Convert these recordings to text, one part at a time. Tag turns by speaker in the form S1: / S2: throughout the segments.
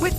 S1: With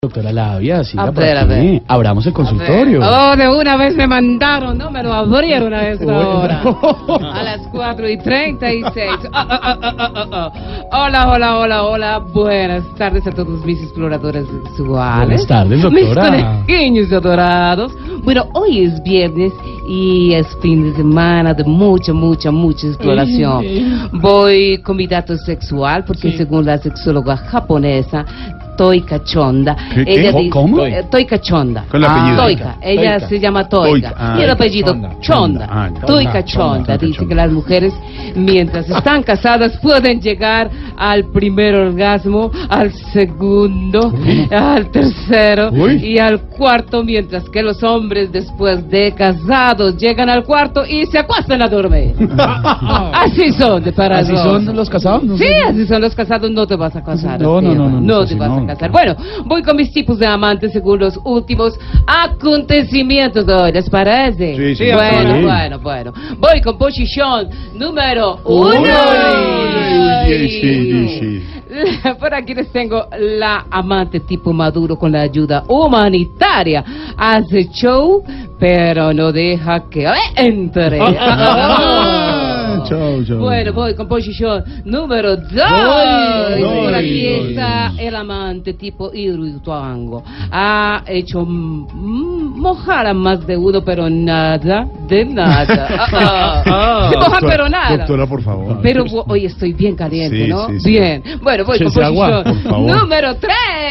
S2: Doctora Labia, siga
S3: A
S2: por
S3: ver, a
S2: aquí.
S3: ver.
S2: Abramos el consultorio.
S3: Oh, de una vez me mandaron, no me lo abrieron a esta
S2: Bueno.
S3: hora. A las 4 y 36. Ah, ah, ah, ah, ah, ah. Hola, hola, hola, hola. Buenas tardes a todos mis exploradores sexuales.
S2: Buenas tardes, doctora.
S3: Mis conejiños adorados. Bueno, hoy es viernes y es fin de semana de mucha, mucha, mucha exploración. Voy con mi dato sexual porque según la sexóloga japonesa, Toy Cachonda.
S4: ¿Qué, qué?
S3: ella
S4: ¿Cómo,
S3: dice-
S4: cómo?
S3: eh, Toika Chonda.
S4: ¿Cuál es el apellido?
S3: Toika. Ella
S2: Toika.
S3: se llama Toika.
S4: Toika. Ah,
S3: y el apellido
S2: Chonda.
S3: Chonda.
S4: Ah, Chonda,
S3: Toika Chonda.
S4: Chonda,
S3: Dice
S4: Chonda.
S3: que las mujeres, mientras están casadas, pueden llegar al primer orgasmo, al segundo, al tercero
S2: Uy.
S3: y al cuarto, mientras que los hombres, después de casados, llegan al cuarto y se acuestan a dormir. Así son de para
S2: ¿Así
S3: los-
S2: son los casados? No
S3: Sí,
S2: sé.
S3: así son los casados, no te vas a casar.
S2: No, no, no,
S3: Esteban,
S2: no, no,
S3: No
S2: sí,
S3: te vas
S2: no.
S3: a casar. Bueno, voy con mis tipos de amantes según los últimos acontecimientos de hoy. ¿Les parece?
S4: Sí, sí,
S3: Bueno,
S4: sí.
S3: bueno, bueno. Voy con posición número uno.
S4: Uy, uy, sí, sí, sí.
S3: Por aquí les tengo la amante tipo Maduro con la ayuda humanitaria. Hace show, pero no deja que entre.
S4: Ah, chao, chao.
S3: Bueno, voy con posición número 2.
S4: Uy,
S3: Por aquí
S4: uy.
S3: está el amante tipo Irituango. Ha hecho mm, mojar a más de uno, pero nada de nada. Ah, ah, ah. Se moja,
S4: Doctora,
S3: pero nada.
S4: Doctora, por favor.
S3: Pero bo- hoy estoy bien caliente,
S4: Sí,
S3: ¿no?
S4: sí, sí.
S3: Bien. Bueno, voy con
S2: Échese agua,
S3: posición
S4: por favor.
S3: número 3.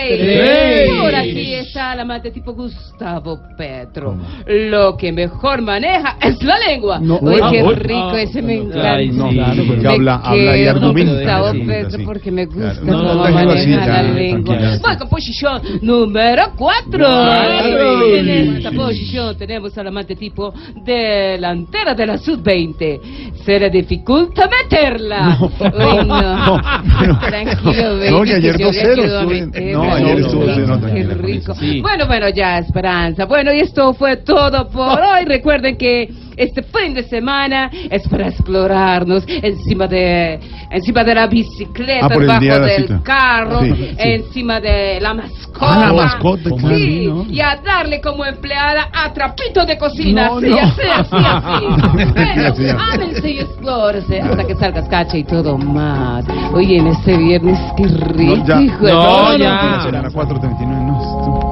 S2: Tres.
S3: Por aquí está la amante tipo Gustavo Petro. Lo que mejor maneja es la lengua.
S2: No,
S3: Oye,
S2: ah,
S3: qué
S2: uy.
S3: rico ese me encanta.
S2: Ay, no, claro,
S3: pues,
S4: porque
S2: pero-
S4: habla, habla y
S3: quedo
S4: argumenta.
S3: con Gustavo
S4: argumenta,
S3: Petro
S4: sí.
S3: porque me gusta
S4: Claro.
S3: cómo
S2: No, no,
S3: maneja
S2: tranquilo, sí,
S3: la
S2: ya,
S3: lengua.
S2: tranquilo.
S3: Voy con posición número 4.
S4: Cuatro.
S3: En esta
S4: Sí.
S3: posición tenemos al amante tipo delantera de la sub-20. Se le dificulta meterla. Uy, no.
S4: no.
S3: Tranquilo,
S4: No,
S3: ven,
S4: que
S3: yo
S4: ayer
S3: le
S4: 2-0
S3: ayudo a
S4: estuve-
S3: meter.
S4: no,
S2: ayer estuvo
S3: qué
S2: 0,
S3: Qué
S4: tranquila,
S3: rico.
S2: sí.
S3: Bueno, bueno, ya, Esperanza. Bueno, y esto fue todo por hoy. Recuerden que este fin de semana es para explorarnos encima de encima de la bicicleta,
S4: Ah, por el
S3: debajo
S4: día de la
S3: del
S4: cita.
S3: carro,
S4: Sí, sí.
S3: encima de la mascota.
S4: Ah, la mascota,
S3: Sí,
S4: claro,
S2: ¿no?
S3: y a darle como empleada a trapito de cocina.
S2: No,
S3: sí,
S2: no.
S3: así, así, así. Bueno,
S4: Sí, así.
S3: ámense y explórense hasta que salgas cacha y todo más. Oye, en este viernes, qué rico.
S4: No, ya.
S3: hijo de-
S2: No,
S4: No,
S2: ya.
S4: la semana 4.39, no.